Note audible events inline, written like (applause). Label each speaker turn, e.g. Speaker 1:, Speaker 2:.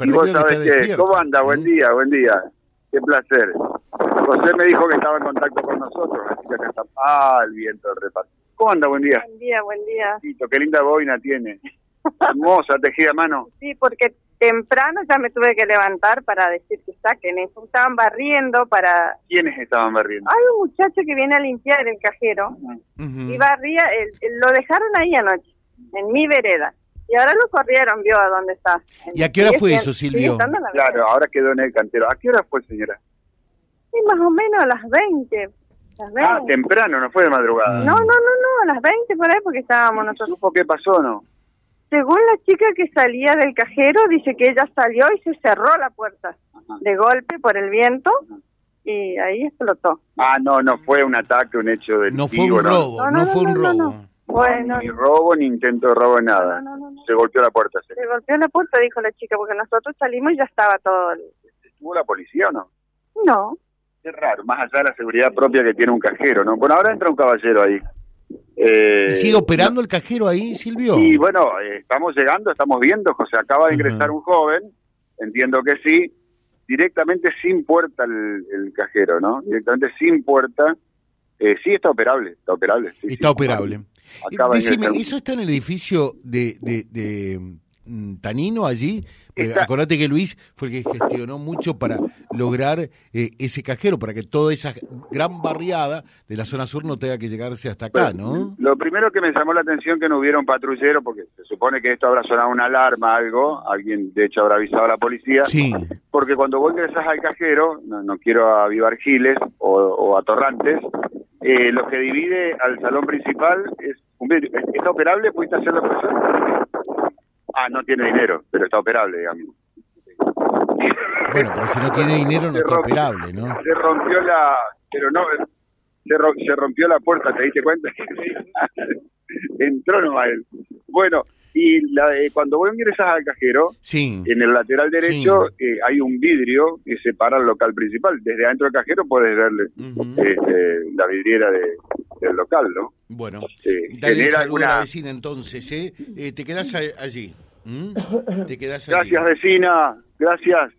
Speaker 1: y vos sabés que, despierta. ¿cómo
Speaker 2: ¿eh?
Speaker 1: anda? Buen día, buen día. Qué placer. José me dijo que estaba en contacto con nosotros, así que acá está. Ah, el viento del reparto. ¿Cómo anda? Buen día.
Speaker 3: Buen día, buen día.
Speaker 1: Tito, qué linda boina tiene. Hermosa, tejida a mano.
Speaker 3: Sí, porque temprano ya me tuve que levantar para decir que saquen eso. Estaban barriendo para...
Speaker 1: ¿Quiénes estaban barriendo?
Speaker 3: Hay un muchacho que viene a limpiar el cajero uh
Speaker 2: Mm.
Speaker 3: -huh. y barría, el, el, lo dejaron ahí anoche, en mi vereda. Y ahora lo corrieron, vio a dónde está.
Speaker 2: ¿Y a qué hora fue sí, eso, Silvio?
Speaker 1: Sí, claro, ahora quedó en el cantero. ¿A qué hora fue, señora?
Speaker 3: Sí, más o menos a las 20. Las 20.
Speaker 1: Ah, temprano, no fue de madrugada.
Speaker 3: No, no, no, no, a las 20 por ahí porque estábamos nosotros.
Speaker 1: ¿Supo qué pasó no?
Speaker 3: Según la chica que salía del cajero, dice que ella salió y se cerró la puerta Ajá. de golpe por el viento Ajá. y ahí explotó.
Speaker 1: Ah, no, no fue un ataque, un hecho de
Speaker 2: No fue un robo, no, Oh, no, no fue un robo.
Speaker 3: Bueno,
Speaker 1: ni robo ni intento de robo nada. No, no, no, se golpeó la puerta.
Speaker 3: Se... se golpeó la puerta, dijo la chica, porque nosotros salimos y ya estaba todo. El...
Speaker 1: ¿Estuvo la policía o no?
Speaker 3: No.
Speaker 1: Es raro, más allá de la seguridad propia que tiene un cajero, ¿no? Bueno, ahora entra un caballero ahí.
Speaker 2: Eh... ¿Y sigue operando el cajero ahí, Silvio?
Speaker 1: Sí, bueno, eh, estamos llegando, estamos viendo, José, acaba de ingresar uh -huh. un joven, entiendo que sí, directamente sin puerta el, el cajero, ¿no? Directamente sin puerta. Eh, sí, está operable, está operable. Sí,
Speaker 2: está
Speaker 1: sí,
Speaker 2: operable. Acaba Decime, ¿eso está en el edificio de, de, de, de Tanino allí? Eh, acordate que Luis fue el que gestionó mucho para lograr eh, ese cajero, para que toda esa gran barriada de la zona sur no tenga que llegarse hasta acá, ¿no?
Speaker 1: Lo primero que me llamó la atención que no hubiera un patrullero, porque se supone que esto habrá sonado una alarma, algo, alguien de hecho habrá avisado a la policía,
Speaker 2: sí.
Speaker 1: porque cuando vos ingresás al cajero, no, no quiero avivar giles o, o atorrantes, eh, lo que divide al salón principal es, ¿está operable? ¿Pudiste hacer la operación? Ah, no tiene dinero, pero está operable, digamos.
Speaker 2: Bueno, pero si no tiene dinero no se está rompió, operable, ¿no?
Speaker 1: Se rompió la... Pero no, se, ro, se rompió la puerta, ¿te diste cuenta? (laughs) Entró nomás él. Bueno, y la, eh, cuando vos ingresas al cajero,
Speaker 2: sí.
Speaker 1: en el lateral derecho sí. eh, hay un vidrio que separa el local principal. Desde adentro del cajero podés verle uh -huh. este, la vidriera de, del local, ¿no?
Speaker 2: Bueno, eh, dale un alguna... a la vecina entonces, ¿eh? te quedás allí. ¿Mm? Te quedás
Speaker 1: allí. Gracias, vecina. Gracias.